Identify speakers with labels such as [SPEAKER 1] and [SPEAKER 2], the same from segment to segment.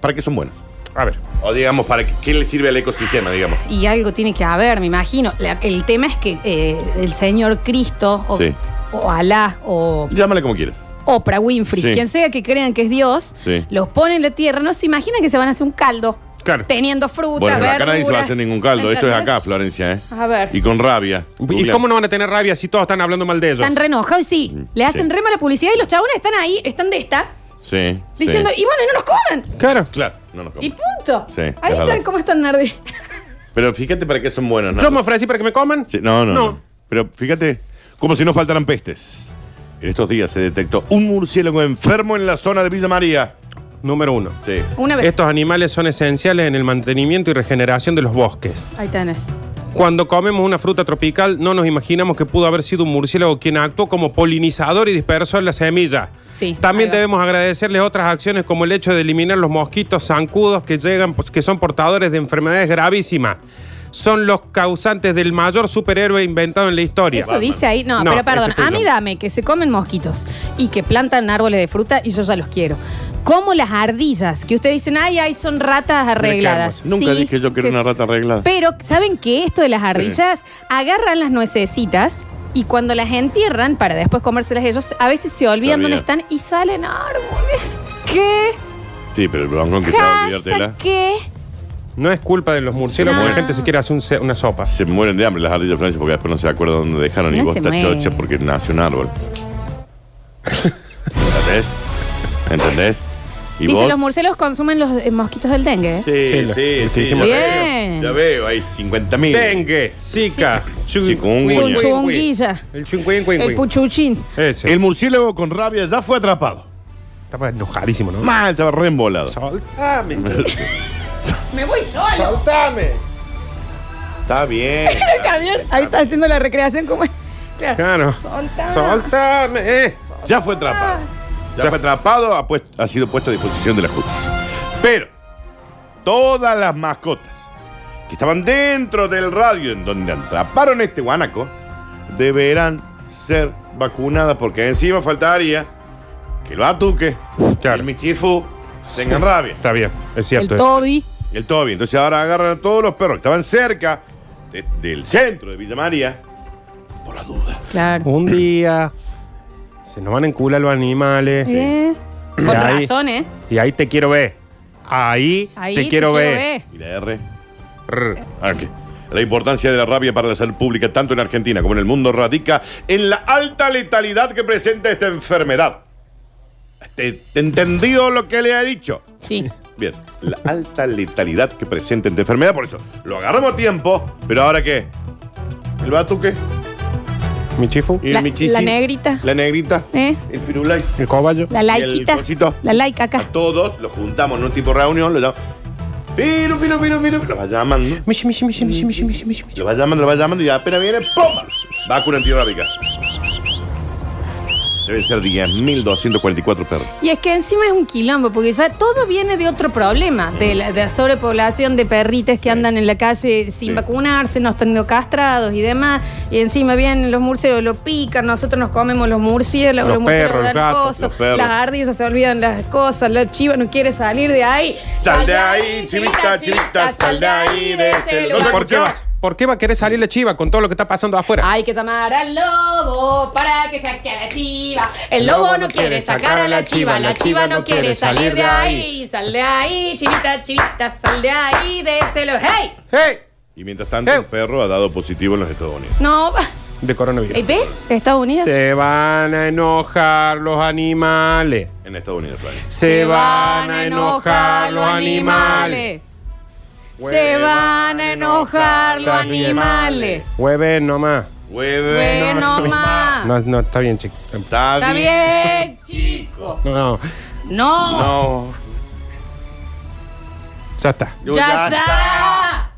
[SPEAKER 1] ¿para qué son buenos?
[SPEAKER 2] A ver.
[SPEAKER 1] O digamos, ¿para qué, qué le sirve al ecosistema, digamos?
[SPEAKER 3] Y algo tiene que haber, me imagino. La- el tema es que eh, el señor Cristo o,
[SPEAKER 1] Sí.
[SPEAKER 3] o Alá o
[SPEAKER 1] Llámale como quieras.
[SPEAKER 3] Oprah Winfrey,
[SPEAKER 1] Sí.
[SPEAKER 3] quien sea que crean que es Dios,
[SPEAKER 1] Sí.
[SPEAKER 3] los pone en la tierra. No se imaginan que se van a hacer un caldo.
[SPEAKER 2] Claro.
[SPEAKER 3] Teniendo frutas,
[SPEAKER 1] Bueno, pero acá
[SPEAKER 3] verduras.
[SPEAKER 1] nadie se va a hacer ningún caldo. Esto es acá, Florencia, ¿eh?
[SPEAKER 3] A ver.
[SPEAKER 1] Y con rabia.
[SPEAKER 2] ¿Y cómo no van a tener rabia si todos están hablando mal de ellos?
[SPEAKER 3] Están re enojados, sí. Le hacen
[SPEAKER 1] Mm, sí.
[SPEAKER 3] re mala publicidad y los chabones están ahí, están de esta,
[SPEAKER 1] Sí.
[SPEAKER 3] diciendo,
[SPEAKER 1] sí.
[SPEAKER 3] y bueno, y no nos coman.
[SPEAKER 2] Claro.
[SPEAKER 1] Claro, no nos
[SPEAKER 3] Y
[SPEAKER 1] coman.
[SPEAKER 3] punto.
[SPEAKER 1] Sí, es
[SPEAKER 3] ahí están
[SPEAKER 1] verdad.
[SPEAKER 3] como están nerdy.
[SPEAKER 1] Pero fíjate para qué son buenos, ¿no?
[SPEAKER 2] Yo me ofrecí para que me coman.
[SPEAKER 1] Sí, no, no,
[SPEAKER 2] No.
[SPEAKER 1] no. Pero fíjate, como si no faltaran pestes. En estos días se detectó un murciélago enfermo en la zona de Villa María.
[SPEAKER 2] Número uno.
[SPEAKER 1] Sí.
[SPEAKER 3] Una vez.
[SPEAKER 2] Estos animales son esenciales en el mantenimiento y regeneración de los bosques.
[SPEAKER 3] Ahí tenés.
[SPEAKER 2] Cuando comemos una fruta tropical, no nos imaginamos que pudo haber sido un murciélago quien actuó como polinizador y dispersor de la semilla.
[SPEAKER 3] Sí,
[SPEAKER 2] También
[SPEAKER 3] ahí va.
[SPEAKER 2] debemos agradecerles otras acciones como el hecho de eliminar los mosquitos zancudos que llegan, pues, que son portadores de enfermedades gravísimas. Son los causantes del mayor superhéroe inventado en la historia.
[SPEAKER 3] Eso dice ahí. No,
[SPEAKER 2] No,
[SPEAKER 3] pero perdón.
[SPEAKER 2] ese fui
[SPEAKER 3] A mí
[SPEAKER 2] yo.
[SPEAKER 3] dame que se comen mosquitos y que plantan árboles de fruta y yo ya los quiero. Como las ardillas, que ustedes dicen, ay, ay, son ratas arregladas.
[SPEAKER 2] hermoso.
[SPEAKER 1] Nunca
[SPEAKER 3] Sí,
[SPEAKER 1] dije yo que era
[SPEAKER 3] que-
[SPEAKER 1] una rata arreglada.
[SPEAKER 3] Pero, ¿saben qué? Esto de las ardillas, agarran las nuecesitas y cuando las entierran para después comérselas ellos, a veces se olvidan
[SPEAKER 1] Se
[SPEAKER 3] dónde
[SPEAKER 1] olvidan.
[SPEAKER 3] están y salen árboles. ¿Qué?
[SPEAKER 1] Sí, pero el broncón que estaba olvidártela.
[SPEAKER 3] Hashtag ¿Qué?
[SPEAKER 2] No es culpa de los murciélagos,
[SPEAKER 3] No.
[SPEAKER 2] la gente se quiere hacer un se- una sopa.
[SPEAKER 1] Se mueren de hambre las ardillas Florencia porque después no se acuerdan dónde dejaron y
[SPEAKER 3] No
[SPEAKER 1] vos
[SPEAKER 3] se
[SPEAKER 1] estás
[SPEAKER 3] mueren.
[SPEAKER 1] chocha porque nació un árbol. ¿Entendés? ¿Entendés? ¿Y
[SPEAKER 3] Dice,
[SPEAKER 1] vos?
[SPEAKER 3] los murciélagos consumen los eh, mosquitos del dengue. ¿eh?
[SPEAKER 1] Sí,
[SPEAKER 2] Sí, lo- lo que dijimos
[SPEAKER 1] ya
[SPEAKER 3] recién.
[SPEAKER 1] veo.
[SPEAKER 3] Bien.
[SPEAKER 1] Ya veo, hay 50.000.
[SPEAKER 2] Dengue, zika, chu-
[SPEAKER 1] Chikungunya.
[SPEAKER 2] cuin- cuin-
[SPEAKER 3] Chunguilla.
[SPEAKER 2] El chinguin, cuin-
[SPEAKER 3] El
[SPEAKER 2] cuin.
[SPEAKER 3] puchuchín.
[SPEAKER 2] Ese.
[SPEAKER 1] El murciélago con rabia ya fue atrapado.
[SPEAKER 2] Estaba enojadísimo, ¿no?
[SPEAKER 1] Mal, estaba re embolado.
[SPEAKER 2] Soltame.
[SPEAKER 3] Me voy solo.
[SPEAKER 2] Soltame.
[SPEAKER 1] Está bien.
[SPEAKER 3] Javier, ahí está haciendo la recreación como... Claro.
[SPEAKER 2] Claro.
[SPEAKER 3] Soltame.
[SPEAKER 2] Soltame. eh.
[SPEAKER 1] Ya fue atrapado. Ya fue atrapado, ha, puest- ha sido puesto a disposición de la justicia. Pero todas las mascotas que estaban dentro del radio en donde atraparon este guanaco deberán ser vacunadas porque encima faltaría que lo atuque,
[SPEAKER 2] Claro.
[SPEAKER 1] el michifu, tengan rabia.
[SPEAKER 2] Está bien, es
[SPEAKER 3] El
[SPEAKER 2] cierto. eso.
[SPEAKER 3] Toby.
[SPEAKER 1] El Toby. Entonces ahora agarran a todos los perros que estaban cerca de- del centro de Villa María.
[SPEAKER 3] Claro.
[SPEAKER 2] Un día se nos van a encular los animales.
[SPEAKER 3] Eh, Con
[SPEAKER 2] Ahí.
[SPEAKER 3] razón, ¿eh?
[SPEAKER 2] Y ahí te quiero ver. Ahí,
[SPEAKER 3] Ahí
[SPEAKER 2] te, quiero ver.
[SPEAKER 1] Y la R.
[SPEAKER 2] Rr.
[SPEAKER 1] Aquí. La importancia de la rabia para la salud pública, tanto en Argentina como en el mundo, radica en la alta letalidad que presenta esta enfermedad. ¿Te, te entendido lo que le he dicho?
[SPEAKER 3] Sí.
[SPEAKER 1] Bien, la alta letalidad que presenta esta enfermedad, por eso lo agarramos a tiempo, pero ahora qué? ¿El batuque?
[SPEAKER 2] Mi chifu,
[SPEAKER 1] ¿Y
[SPEAKER 3] La-
[SPEAKER 1] el michisi?
[SPEAKER 3] la negrita.
[SPEAKER 1] La negrita.
[SPEAKER 3] ¿Eh?
[SPEAKER 1] El firulai.
[SPEAKER 2] el cobayo.
[SPEAKER 3] La
[SPEAKER 1] Y el
[SPEAKER 3] laiquita.
[SPEAKER 1] Jorgito.
[SPEAKER 3] La laica acá.
[SPEAKER 1] A todos los juntamos en un tipo de reunión, lo llamamos. Piru, piru, piru, piru. Lo va llamando.
[SPEAKER 2] Michi, michi, michi, michi, michi, michi, michi, michi.
[SPEAKER 1] Lo va llamando, lo va llamando y apenas viene, ¡pum! Vacuna antirrábica. Deben ser 10.244 perros.
[SPEAKER 3] Y es que encima es un quilombo, porque ya todo viene de otro problema, de la, de la sobrepoblación de perritas que andan en la calle sin
[SPEAKER 1] Sí.
[SPEAKER 3] vacunarse, no están castrados y demás. Y encima vienen los murciélagos, lo pican, nosotros nos comemos los murciélagos,
[SPEAKER 2] Los
[SPEAKER 3] los, murciélagos
[SPEAKER 2] perros,
[SPEAKER 3] dan
[SPEAKER 2] el gato,
[SPEAKER 3] cosas,
[SPEAKER 1] los perros.
[SPEAKER 3] las ardillas se olvidan las cosas, la chiva no quiere salir de ahí.
[SPEAKER 1] Sal de ahí, chivita, chivita, sal de ahí de este
[SPEAKER 3] ese
[SPEAKER 1] lugar.
[SPEAKER 3] lugar.
[SPEAKER 2] ¿Por qué, vas- ¿Por qué va a querer salir la chiva con todo lo que está pasando afuera?
[SPEAKER 3] Hay que llamar al lobo para que saque a la chiva. El lobo no, quiere sacar a la chiva, la chiva no quiere salir de ahí. Sal de ahí, chivita, chivita, sal de ahí, déselo. ¡Hey!
[SPEAKER 2] ¡Hey!
[SPEAKER 1] Y mientras tanto,
[SPEAKER 2] Eh.
[SPEAKER 1] el perro ha dado positivo en los Estados Unidos.
[SPEAKER 3] No,
[SPEAKER 2] De coronavirus.
[SPEAKER 3] ¿ves? Estados Unidos.
[SPEAKER 2] Se van a enojar los animales.
[SPEAKER 1] En Estados Unidos, Flavio.
[SPEAKER 2] Se van a enojar los animales.
[SPEAKER 3] Se van a enojar los
[SPEAKER 2] Está bien.
[SPEAKER 3] animales.
[SPEAKER 2] Hueven nomás.
[SPEAKER 1] Hueve.
[SPEAKER 3] Bueno, más.
[SPEAKER 2] No, no, está bien, chico.
[SPEAKER 1] Está,
[SPEAKER 3] Está
[SPEAKER 1] bien.
[SPEAKER 3] bien, chico.
[SPEAKER 2] No, no,
[SPEAKER 3] No,
[SPEAKER 1] No.
[SPEAKER 2] ya está.
[SPEAKER 1] Yo
[SPEAKER 3] ya está.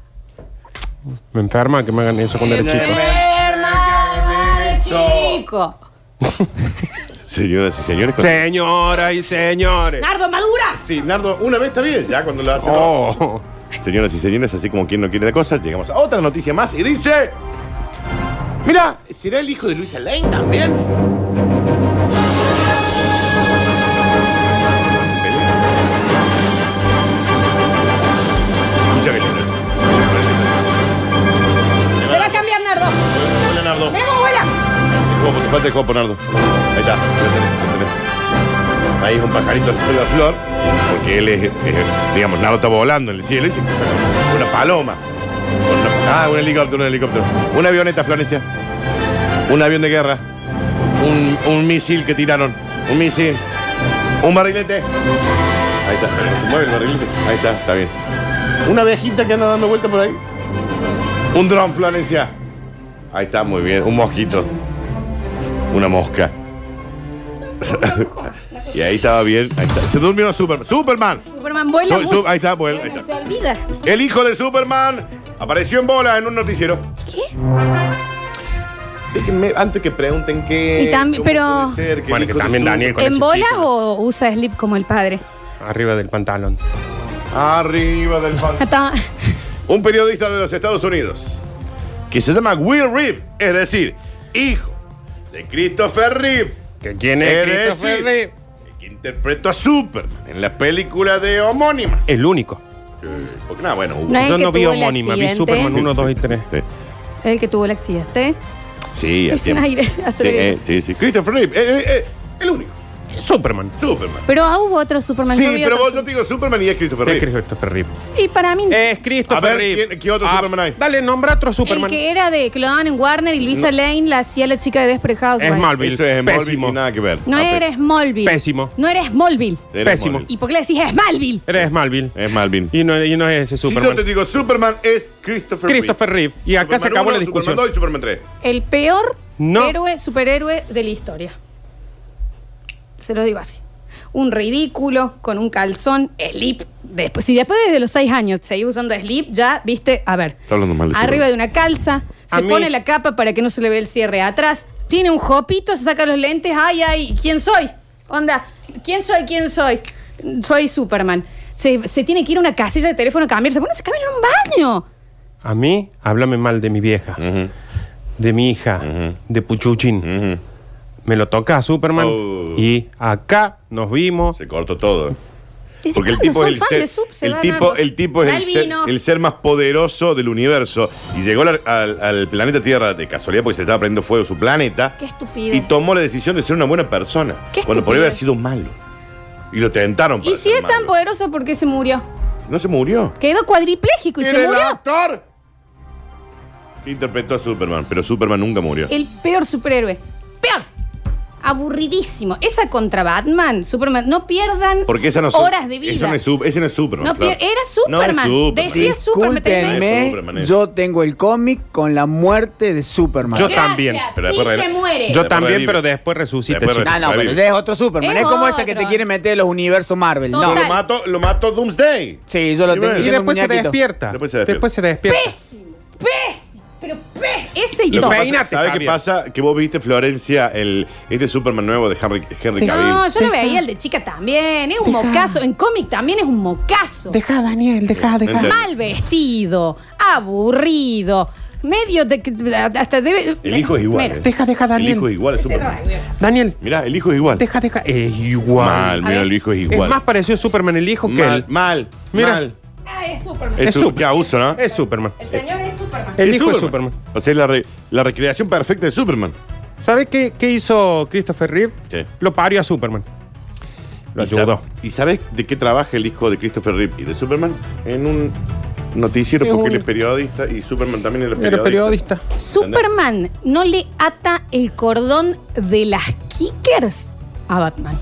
[SPEAKER 2] Me enferma que me hagan eso cuando era chico.
[SPEAKER 3] Hermano de
[SPEAKER 1] Eso.
[SPEAKER 3] chico.
[SPEAKER 1] Señoras y señores. con-
[SPEAKER 2] Señoras y señores.
[SPEAKER 3] Nardo Madura.
[SPEAKER 1] Sí, Nardo, una vez está bien, ya cuando lo hace todo.
[SPEAKER 2] Oh.
[SPEAKER 1] Señoras y señores, así como quien no quiere la cosa, llegamos a otra noticia más y dice... Mira, ¿será el hijo de Luisa Lane también? Escucha que lindo.
[SPEAKER 3] Se va a cambiar Nardo.
[SPEAKER 1] Hola, Nardo.
[SPEAKER 3] Mira cómo vuela.
[SPEAKER 1] Copo, te falta el copo, Nardo. Ahí está. Ahí es un pajarito en la flor, porque él es, es- digamos, nada está volando en el cielo y se cruza con una paloma. con una- ah, un helicóptero, un helicóptero. Una avioneta, Florencia. Un avión de guerra. Un, un misil que tiraron. Un misil. Un barrilete. Ahí está. No se mueve el barrilete. Ahí está, está bien. Una abejita que anda dando vuelta por ahí. Un dron, Florencia. Ahí está, muy bien. Un mosquito. Una mosca. y ahí estaba bien. Ahí está. Se durmió Superman. ¡Superman!
[SPEAKER 3] Superman vuela.
[SPEAKER 1] Su- su-
[SPEAKER 3] mucho.
[SPEAKER 1] ahí está, vuela, ahí
[SPEAKER 3] Se
[SPEAKER 1] está.
[SPEAKER 3] olvida.
[SPEAKER 1] El hijo de Superman apareció en bola en un noticiero.
[SPEAKER 3] ¿Qué?
[SPEAKER 1] Déjenme, antes que pregunten qué.
[SPEAKER 3] Y también-
[SPEAKER 1] cómo
[SPEAKER 3] pero-
[SPEAKER 1] puede ser el
[SPEAKER 2] Bueno, que
[SPEAKER 1] hijo de
[SPEAKER 2] también
[SPEAKER 1] Superman-
[SPEAKER 2] Daniel con
[SPEAKER 3] ¿En
[SPEAKER 2] ese
[SPEAKER 3] bola
[SPEAKER 2] título.
[SPEAKER 3] o usa slip como el padre?
[SPEAKER 2] Arriba del pantalón.
[SPEAKER 1] Arriba del fan.
[SPEAKER 3] Está-
[SPEAKER 1] un periodista de los Estados Unidos que se llama Will Reeve, es decir, hijo de Christopher Reeve,
[SPEAKER 2] ¿Que ¿Quién es
[SPEAKER 1] Es
[SPEAKER 2] Christopher
[SPEAKER 1] decir-
[SPEAKER 2] Reeve?
[SPEAKER 1] el que interpretó a Superman en la película de homónima.
[SPEAKER 2] El único.
[SPEAKER 1] Eh, Porque nada, bueno, hubo.
[SPEAKER 3] No es
[SPEAKER 2] Yo
[SPEAKER 3] el que
[SPEAKER 2] no vi
[SPEAKER 3] tuvo el
[SPEAKER 2] homónima, vi
[SPEAKER 3] accidente.
[SPEAKER 2] Superman 1, 2 y 3.
[SPEAKER 1] Sí,
[SPEAKER 3] El que tuvo el accidente.
[SPEAKER 1] sí,
[SPEAKER 3] Estoy
[SPEAKER 1] así
[SPEAKER 3] sin
[SPEAKER 1] es.
[SPEAKER 3] aire.
[SPEAKER 1] Sí, eh, sí, sí. Christopher Reeve, eh, eh, eh, el único.
[SPEAKER 2] Superman.
[SPEAKER 1] Superman.
[SPEAKER 3] Pero ah, hubo otro Superman. yo
[SPEAKER 1] sí,
[SPEAKER 3] vi
[SPEAKER 1] pero
[SPEAKER 3] otro
[SPEAKER 1] vos Eh, no te digo Superman y es Christopher
[SPEAKER 2] ¿Qué es
[SPEAKER 1] Reeve.
[SPEAKER 2] Christopher Reeve?
[SPEAKER 3] Superman. Y para mí,
[SPEAKER 2] Es Christopher
[SPEAKER 1] A ver,
[SPEAKER 2] Reeve.
[SPEAKER 1] ¿quién- qué otro Ah, Superman hay?
[SPEAKER 2] Dale, nombra otro
[SPEAKER 3] el
[SPEAKER 2] Superman.
[SPEAKER 3] que era de Clon en Warner y Luisa Lane la hacía la chica de Desperate Housewives.
[SPEAKER 2] Es Smallville.
[SPEAKER 1] Eso es
[SPEAKER 2] Pésimo.
[SPEAKER 1] Pésimo. nada que ver.
[SPEAKER 3] No
[SPEAKER 1] Ah, pe-
[SPEAKER 3] eres Smallville.
[SPEAKER 2] Pésimo.
[SPEAKER 3] No eres Smallville.
[SPEAKER 1] Era
[SPEAKER 2] Pésimo.
[SPEAKER 1] Smallville.
[SPEAKER 3] ¿Y por qué le decís Smallville?
[SPEAKER 2] Era Smallville.
[SPEAKER 1] Es Malvin.
[SPEAKER 2] Y no, y no es ese
[SPEAKER 1] Si yo
[SPEAKER 2] Superman.
[SPEAKER 1] te digo Superman es Christopher Reeve.
[SPEAKER 2] Christopher Reeve. Y acá se
[SPEAKER 1] Superman
[SPEAKER 2] acabó la
[SPEAKER 1] 1,
[SPEAKER 2] discusión.
[SPEAKER 1] Superman 2 y Superman 3.
[SPEAKER 3] El peor
[SPEAKER 2] No.
[SPEAKER 3] héroe, superhéroe de la historia. Se lo digo así. Un ridículo con un calzón, slip. Después, si después desde los seis años seguís usando slip, ya viste, a ver.
[SPEAKER 1] Está hablando mal de
[SPEAKER 3] arriba
[SPEAKER 1] Superman.
[SPEAKER 3] de una calza,
[SPEAKER 2] A
[SPEAKER 3] se
[SPEAKER 2] mí-
[SPEAKER 3] pone la capa para que no se le vea el cierre atrás, tiene un jopito, se saca los lentes, ay, ay, ¿quién soy? Onda, ¿quién soy? ¿Quién soy? Soy Superman. Se, se tiene que ir a una casilla de teléfono a cambiarse. Bueno, se cambia en un baño.
[SPEAKER 2] A mí, háblame mal de mi vieja,
[SPEAKER 1] Mm.
[SPEAKER 2] de mi hija, de Puchuchín. Me lo toca a Superman
[SPEAKER 1] Oh.
[SPEAKER 2] y acá nos vimos.
[SPEAKER 1] Se cortó todo.
[SPEAKER 3] ¿Desde
[SPEAKER 1] Porque el
[SPEAKER 3] cuándo
[SPEAKER 1] tipo
[SPEAKER 3] son
[SPEAKER 1] es el
[SPEAKER 3] fan
[SPEAKER 1] ser,
[SPEAKER 3] de Sub? Se
[SPEAKER 1] el
[SPEAKER 3] van
[SPEAKER 1] tipo,
[SPEAKER 3] a-
[SPEAKER 1] el tipo es el ser,
[SPEAKER 3] Balvino.
[SPEAKER 1] el ser más poderoso del universo y llegó al, al- al planeta Tierra de casualidad porque se estaba prendiendo fuego su planeta.
[SPEAKER 3] Qué estupidez.
[SPEAKER 1] Y tomó la decisión de ser una buena persona
[SPEAKER 3] Qué
[SPEAKER 1] cuando podría haber
[SPEAKER 3] estupidez.
[SPEAKER 1] sido un malo. Y lo tentaron. para
[SPEAKER 3] Y si
[SPEAKER 1] ser
[SPEAKER 3] es tan
[SPEAKER 1] malo.
[SPEAKER 3] poderoso, ¿por qué se murió?
[SPEAKER 1] no se murió.
[SPEAKER 3] Quedó cuadripléjico y
[SPEAKER 1] Era
[SPEAKER 3] se
[SPEAKER 1] el
[SPEAKER 3] murió.
[SPEAKER 1] actor? que Interpretó a Superman, pero Superman nunca murió.
[SPEAKER 3] El peor superhéroe. ¡Peor! Aburridísimo. Esa contra Batman, Superman. No pierdan
[SPEAKER 1] Porque esa no es-
[SPEAKER 3] horas de vida.
[SPEAKER 1] esa no es Sup- ese no es Superman.
[SPEAKER 3] No
[SPEAKER 1] Flor.
[SPEAKER 3] pier- era
[SPEAKER 1] No es
[SPEAKER 3] Superman.
[SPEAKER 1] Superman.
[SPEAKER 3] Decía Superman. ¿te entendés?
[SPEAKER 1] Es
[SPEAKER 4] Discúlpenme,
[SPEAKER 1] Superman, es.
[SPEAKER 4] yo tengo el cómic con la muerte de Superman.
[SPEAKER 2] Yo
[SPEAKER 3] Gracias,
[SPEAKER 2] también.
[SPEAKER 1] Pero
[SPEAKER 3] sí
[SPEAKER 1] después
[SPEAKER 3] se
[SPEAKER 1] rela-
[SPEAKER 3] muere.
[SPEAKER 2] Yo
[SPEAKER 1] Después
[SPEAKER 2] también,
[SPEAKER 1] revive.
[SPEAKER 2] pero después resucita.
[SPEAKER 1] Después
[SPEAKER 2] chico.
[SPEAKER 4] Ah, no, pero ya es otro Superman.
[SPEAKER 3] Es
[SPEAKER 4] Es, como esa que
[SPEAKER 3] otro.
[SPEAKER 4] te quiere meter los universos Marvel. No.
[SPEAKER 1] No,
[SPEAKER 3] Total.
[SPEAKER 1] lo mato, lo mato Doomsday.
[SPEAKER 4] Sí, yo lo
[SPEAKER 1] Y
[SPEAKER 4] tengo.
[SPEAKER 1] bueno.
[SPEAKER 2] Y
[SPEAKER 4] yo tengo un
[SPEAKER 2] después se,
[SPEAKER 4] muñequito.
[SPEAKER 2] despierta.
[SPEAKER 1] Después se despierta.
[SPEAKER 2] Después se despierta.
[SPEAKER 3] Pésimo. Pésimo. Pero pésimo. Ese y
[SPEAKER 1] Lo que
[SPEAKER 3] todo.
[SPEAKER 1] pasa-
[SPEAKER 2] Peínate,
[SPEAKER 1] ¿Sabe qué
[SPEAKER 2] Javier.
[SPEAKER 1] pasa? Que vos viste Florencia, el, este Superman nuevo de Henry, Henry Cavill.
[SPEAKER 3] No, yo lo veía el de chica también. Es un mocazo. En cómic también es un mocazo.
[SPEAKER 5] Deja, Daniel, deja, deja.
[SPEAKER 1] ¿Entendés?
[SPEAKER 3] Mal vestido. Aburrido. Medio de que- hasta debe.
[SPEAKER 1] El hijo es igual.
[SPEAKER 3] Mira,
[SPEAKER 1] eh.
[SPEAKER 5] Deja, deja,
[SPEAKER 1] El
[SPEAKER 5] Daniel.
[SPEAKER 1] hijo es igual a
[SPEAKER 3] se va,
[SPEAKER 1] Superman.
[SPEAKER 3] güey.
[SPEAKER 2] Daniel,
[SPEAKER 1] Mirá, el hijo es igual.
[SPEAKER 5] Deja, deja.
[SPEAKER 2] es igual.
[SPEAKER 1] Mal,
[SPEAKER 3] A
[SPEAKER 1] mira,
[SPEAKER 3] ver.
[SPEAKER 1] el hijo es
[SPEAKER 2] Es
[SPEAKER 1] igual.
[SPEAKER 2] más parecido a Superman el hijo que
[SPEAKER 1] mal,
[SPEAKER 2] él.
[SPEAKER 1] mal.
[SPEAKER 2] Mira.
[SPEAKER 1] mal.
[SPEAKER 3] Ah, es Superman.
[SPEAKER 1] Es,
[SPEAKER 2] Es
[SPEAKER 1] su,
[SPEAKER 2] Superman.
[SPEAKER 1] qué abuso, ¿no?
[SPEAKER 2] Es Superman.
[SPEAKER 3] El señor
[SPEAKER 1] eh.
[SPEAKER 3] es Superman.
[SPEAKER 2] El
[SPEAKER 1] Es
[SPEAKER 2] hijo es Superman.
[SPEAKER 1] O sea, es la, re- la recreación perfecta de Superman.
[SPEAKER 2] ¿Sabes qué, qué hizo Christopher Reeve?
[SPEAKER 1] ¿Qué?
[SPEAKER 2] Lo parió a Superman. Lo
[SPEAKER 1] ¿Y sab-
[SPEAKER 2] ayudó.
[SPEAKER 1] ¿Y sabes de qué trabaja el hijo de Christopher Reeve y de Superman? En un noticiero,
[SPEAKER 2] Es
[SPEAKER 1] porque
[SPEAKER 2] un-
[SPEAKER 1] él es periodista y Superman también era periodista.
[SPEAKER 2] Era periodista.
[SPEAKER 3] Superman no le ata el cordón de las kickers a Batman.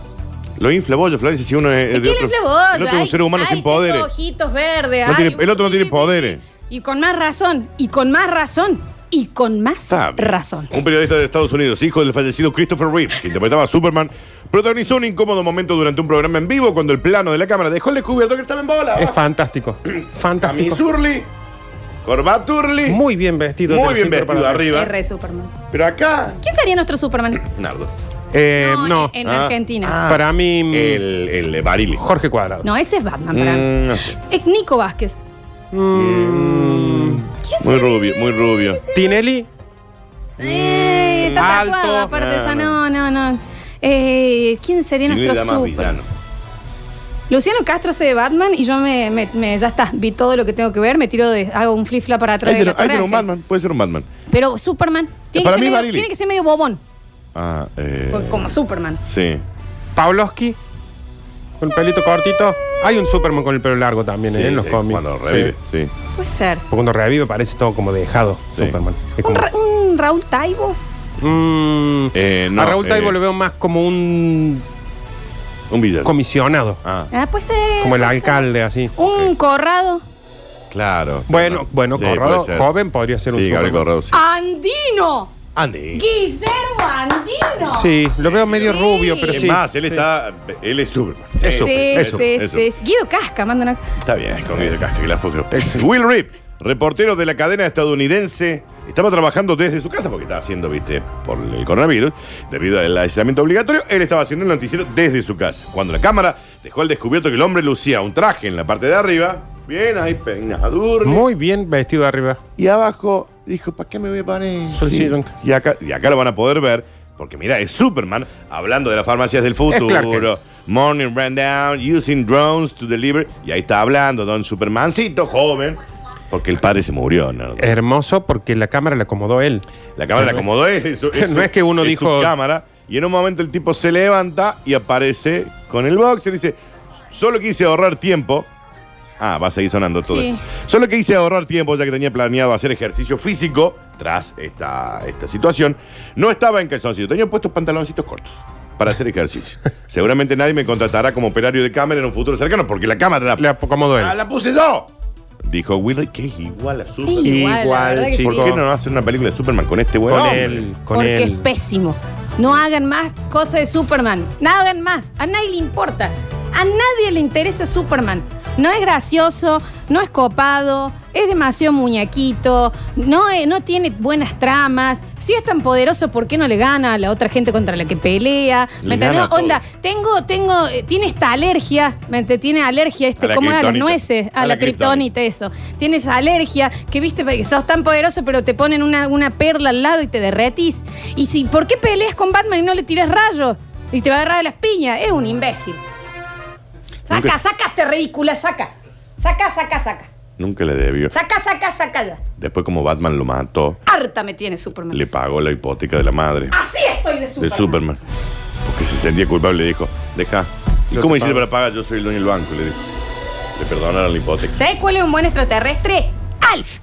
[SPEAKER 1] Lo infla bollo, Florencia, si uno es,
[SPEAKER 3] ¿Y
[SPEAKER 1] es de
[SPEAKER 3] quién
[SPEAKER 1] otro.
[SPEAKER 3] infla bollo?
[SPEAKER 1] El otro es
[SPEAKER 3] Ay,
[SPEAKER 1] un ser humano
[SPEAKER 3] ay,
[SPEAKER 1] sin
[SPEAKER 3] tengo
[SPEAKER 1] poderes.
[SPEAKER 3] ojitos verdes.
[SPEAKER 1] No
[SPEAKER 3] ay,
[SPEAKER 1] tiene- el otro no tiene poderes.
[SPEAKER 3] Y con más razón, y con más razón, y con más
[SPEAKER 1] Está bien.
[SPEAKER 3] razón.
[SPEAKER 1] Un periodista de Estados Unidos, hijo del fallecido Christopher Reeve, que interpretaba a Superman, protagonizó un incómodo momento durante un programa en vivo cuando el plano de la cámara dejó el descubierto que estaba en bola.
[SPEAKER 2] Es
[SPEAKER 1] abajo.
[SPEAKER 2] fantástico.
[SPEAKER 1] Camis
[SPEAKER 2] fantástico.
[SPEAKER 1] Urli, Corbat Urli, muy,
[SPEAKER 2] Muy bien vestido. del
[SPEAKER 1] bien
[SPEAKER 2] centro
[SPEAKER 1] vestido
[SPEAKER 2] para-
[SPEAKER 1] arriba.
[SPEAKER 3] R Superman.
[SPEAKER 1] Pero acá,
[SPEAKER 3] ¿Quién sería nuestro Superman?
[SPEAKER 1] Nardo.
[SPEAKER 2] Eh, no,
[SPEAKER 3] en
[SPEAKER 1] Ah,
[SPEAKER 3] Argentina.
[SPEAKER 1] ah.
[SPEAKER 2] para mí mm,
[SPEAKER 1] El, el de Barili.
[SPEAKER 2] Jorge Cuadrado.
[SPEAKER 3] No, ese es Batman para mí.
[SPEAKER 1] Mm, no sé.
[SPEAKER 3] Es Nico Vázquez.
[SPEAKER 2] Mm,
[SPEAKER 3] ¿Quién
[SPEAKER 1] Muy
[SPEAKER 3] sería?
[SPEAKER 1] rubio, muy rubio.
[SPEAKER 2] Tinelli,
[SPEAKER 3] Eh, está
[SPEAKER 2] Alto.
[SPEAKER 3] tatuado, aparte ya
[SPEAKER 1] No,
[SPEAKER 3] no, no, no. Eh, ¿Quién sería
[SPEAKER 1] Tiene
[SPEAKER 3] nuestro
[SPEAKER 1] la más
[SPEAKER 3] Superman?
[SPEAKER 1] villano.
[SPEAKER 3] Luciano Castro hace de Batman y yo me, me- me- ya está, vi todo lo que tengo que ver, me tiro de, hago un flip flap para atrás
[SPEAKER 1] Ahí
[SPEAKER 3] de
[SPEAKER 1] tiene
[SPEAKER 3] la
[SPEAKER 1] ahí
[SPEAKER 3] torre
[SPEAKER 1] tiene un
[SPEAKER 3] Eiffel.
[SPEAKER 1] Batman, puede ser un Batman.
[SPEAKER 3] Pero Superman tiene,
[SPEAKER 1] Para
[SPEAKER 3] que
[SPEAKER 1] mí
[SPEAKER 3] ser medio,
[SPEAKER 1] Barili.
[SPEAKER 3] tiene que ser medio bobón,
[SPEAKER 1] Ah, eh,
[SPEAKER 3] porque como Superman.
[SPEAKER 1] Sí.
[SPEAKER 2] Pavlovsky, con el pelito cortito. Hay un Superman con el pelo largo también
[SPEAKER 1] Sí,
[SPEAKER 2] ¿eh? en los
[SPEAKER 1] sí,
[SPEAKER 2] cómics.
[SPEAKER 1] Cuando revive,
[SPEAKER 2] Sí.
[SPEAKER 1] sí.
[SPEAKER 3] Puede ser.
[SPEAKER 2] Porque Cuando revive parece todo como dejado
[SPEAKER 1] Sí.
[SPEAKER 2] Superman. Es
[SPEAKER 3] ¿Un,
[SPEAKER 2] como-
[SPEAKER 3] Ra- un Raúl Taibo?
[SPEAKER 2] Mm,
[SPEAKER 1] Eh, no,
[SPEAKER 2] a Raúl Taibo
[SPEAKER 1] eh,
[SPEAKER 2] lo veo más como un
[SPEAKER 1] Un villano.
[SPEAKER 2] comisionado,
[SPEAKER 1] Ah,
[SPEAKER 3] Ah, puede ser.
[SPEAKER 2] como el
[SPEAKER 3] puede ser.
[SPEAKER 2] alcalde así.
[SPEAKER 3] Un Corrado.
[SPEAKER 1] claro.
[SPEAKER 2] Bueno, bueno,
[SPEAKER 1] Sí,
[SPEAKER 2] Corrado,
[SPEAKER 1] puede ser.
[SPEAKER 2] joven podría ser un
[SPEAKER 1] Sí, Gabriel
[SPEAKER 2] Superman.
[SPEAKER 1] Corrado,
[SPEAKER 3] Ah,
[SPEAKER 1] sí.
[SPEAKER 3] Andino.
[SPEAKER 1] Andy.
[SPEAKER 3] Guillermo Andino.
[SPEAKER 2] Sí, lo veo medio
[SPEAKER 3] Sí.
[SPEAKER 2] rubio, pero
[SPEAKER 1] Es
[SPEAKER 2] sí.
[SPEAKER 1] más, él
[SPEAKER 2] Sí.
[SPEAKER 1] está. Él es Superman. Es
[SPEAKER 3] Sí,
[SPEAKER 1] Superman, es
[SPEAKER 3] sí,
[SPEAKER 1] Superman, es
[SPEAKER 3] sí. Guido Casca, manda una.
[SPEAKER 1] Está bien, con
[SPEAKER 2] eh.
[SPEAKER 1] Guido Casca, que la foca. Will Rip, reportero de la cadena estadounidense, estaba trabajando desde su casa porque estaba haciendo, viste, por el coronavirus, debido al aislamiento obligatorio, él estaba haciendo el noticiero desde su casa. Cuando la cámara dejó al descubierto que el hombre lucía un traje en la parte de arriba, bien ahí peinadurne,
[SPEAKER 2] Muy bien vestido de arriba.
[SPEAKER 1] y abajo dijo, ¿para qué me voy a poner?
[SPEAKER 2] Solcillón.
[SPEAKER 1] Y acá, y acá lo van a poder ver, porque mira, es Superman hablando de las farmacias del
[SPEAKER 2] Clark Kent.
[SPEAKER 1] futuro. Morning rundown, using drones to deliver. Y ahí está hablando Don Supermancito, joven. Porque el padre se murió, ¿no?
[SPEAKER 2] Hermoso porque la cámara le acomodó él.
[SPEAKER 1] La cámara la
[SPEAKER 2] no es-
[SPEAKER 1] acomodó él. es su-
[SPEAKER 2] no es que uno
[SPEAKER 1] su
[SPEAKER 2] dijo-
[SPEAKER 1] cámara. Y en un momento el tipo se levanta y aparece con el boxer y dice: Solo quise ahorrar tiempo. Ah, va a seguir sonando todo
[SPEAKER 3] Sí.
[SPEAKER 1] esto. Solo quise ahorrar tiempo ya que tenía planeado hacer ejercicio físico tras esta, esta situación. No estaba en calzoncillo, tenía puestos pantaloncitos cortos para hacer ejercicio. Seguramente nadie me contratará como operario de cámara en un futuro cercano porque la cámara
[SPEAKER 2] Le
[SPEAKER 1] la,
[SPEAKER 2] acomodó él.
[SPEAKER 1] Ah, la puse yo. Dijo Willy que es igual a Superman.
[SPEAKER 3] Igual, la verdad que
[SPEAKER 2] Igual,
[SPEAKER 3] sí.
[SPEAKER 1] ¿Por
[SPEAKER 2] chico.
[SPEAKER 1] qué no hacen una película de Superman con este
[SPEAKER 2] Con
[SPEAKER 1] huevón?
[SPEAKER 2] él, con
[SPEAKER 3] porque es
[SPEAKER 2] él.
[SPEAKER 3] pésimo. No hagan más cosas de Superman. No hagan más. A nadie le importa. A nadie le interesa Superman. No es gracioso, no es copado, es demasiado muñequito, no, es- no tiene buenas tramas. Si es tan poderoso, ¿por qué no le gana a la otra gente contra la que pelea?
[SPEAKER 1] Le
[SPEAKER 3] ¿Me
[SPEAKER 1] gana
[SPEAKER 3] entendés?
[SPEAKER 1] a todos.
[SPEAKER 3] Onda, tengo, tengo, eh, tiene esta alergia, ¿me entendés? Tiene alergia
[SPEAKER 1] A
[SPEAKER 3] este,
[SPEAKER 1] la
[SPEAKER 3] ¿cómo era? Las
[SPEAKER 1] kriptonita.
[SPEAKER 3] nueces, a,
[SPEAKER 1] A
[SPEAKER 3] la,
[SPEAKER 1] la
[SPEAKER 3] criptonita
[SPEAKER 1] kriptonita.
[SPEAKER 3] eso. Tienes alergia, que viste que sos tan poderoso, pero te ponen una, una perla al lado y te derretís. Y si, ¿por qué peleas con Batman y no le tiras rayos? Y te va a agarrar de las piñas. Es un imbécil. Saca,
[SPEAKER 1] Nunca-
[SPEAKER 3] saca este ridícula, saca. Saca, saca, saca.
[SPEAKER 1] Nunca le debió.
[SPEAKER 3] Saca, saca, saca ya.
[SPEAKER 1] Después, como Batman lo mató,
[SPEAKER 3] Harta me tiene Superman.
[SPEAKER 1] le pagó la hipoteca de la madre
[SPEAKER 3] Así estoy de
[SPEAKER 1] de
[SPEAKER 3] Superman.
[SPEAKER 1] Superman. Porque se sentía culpable le dijo, deja. ¿Y
[SPEAKER 2] Yo
[SPEAKER 1] cómo
[SPEAKER 2] te
[SPEAKER 1] hiciste
[SPEAKER 2] pago.
[SPEAKER 1] para pagar? Yo soy el dueño del banco, le dijo. Le perdonaron la hipoteca.
[SPEAKER 3] ¿Sabes cuál es un buen extraterrestre? Alf.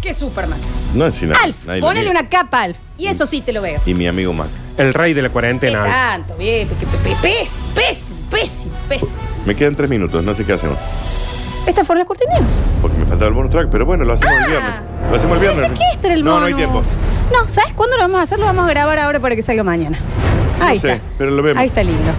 [SPEAKER 3] Que es Superman.
[SPEAKER 1] No es sin
[SPEAKER 3] Alf, ponele una capa, Alf. Y eso sí te lo veo.
[SPEAKER 1] Y mi amigo Mac.
[SPEAKER 2] El rey de la
[SPEAKER 3] ¿Qué
[SPEAKER 2] cuarentena.
[SPEAKER 3] tanto, bien, porque pe- pe- pésimo, pésimo, pésimo, pésimo.
[SPEAKER 1] Me quedan tres minutos, no sé qué hacemos.
[SPEAKER 3] Estas fueron las Curti News.
[SPEAKER 1] Porque me faltaba el bonus track, pero bueno, lo hacemos el viernes. Lo hacemos el viernes.
[SPEAKER 3] Pensé que este era el
[SPEAKER 1] no, no
[SPEAKER 3] bonus.
[SPEAKER 1] hay tiempo.
[SPEAKER 3] No, ¿sabes cuándo lo vamos a hacer? Lo vamos a grabar ahora para que salga mañana. Ahí
[SPEAKER 1] sé,
[SPEAKER 3] está.
[SPEAKER 1] pero lo vemos.
[SPEAKER 3] Ahí está lindo.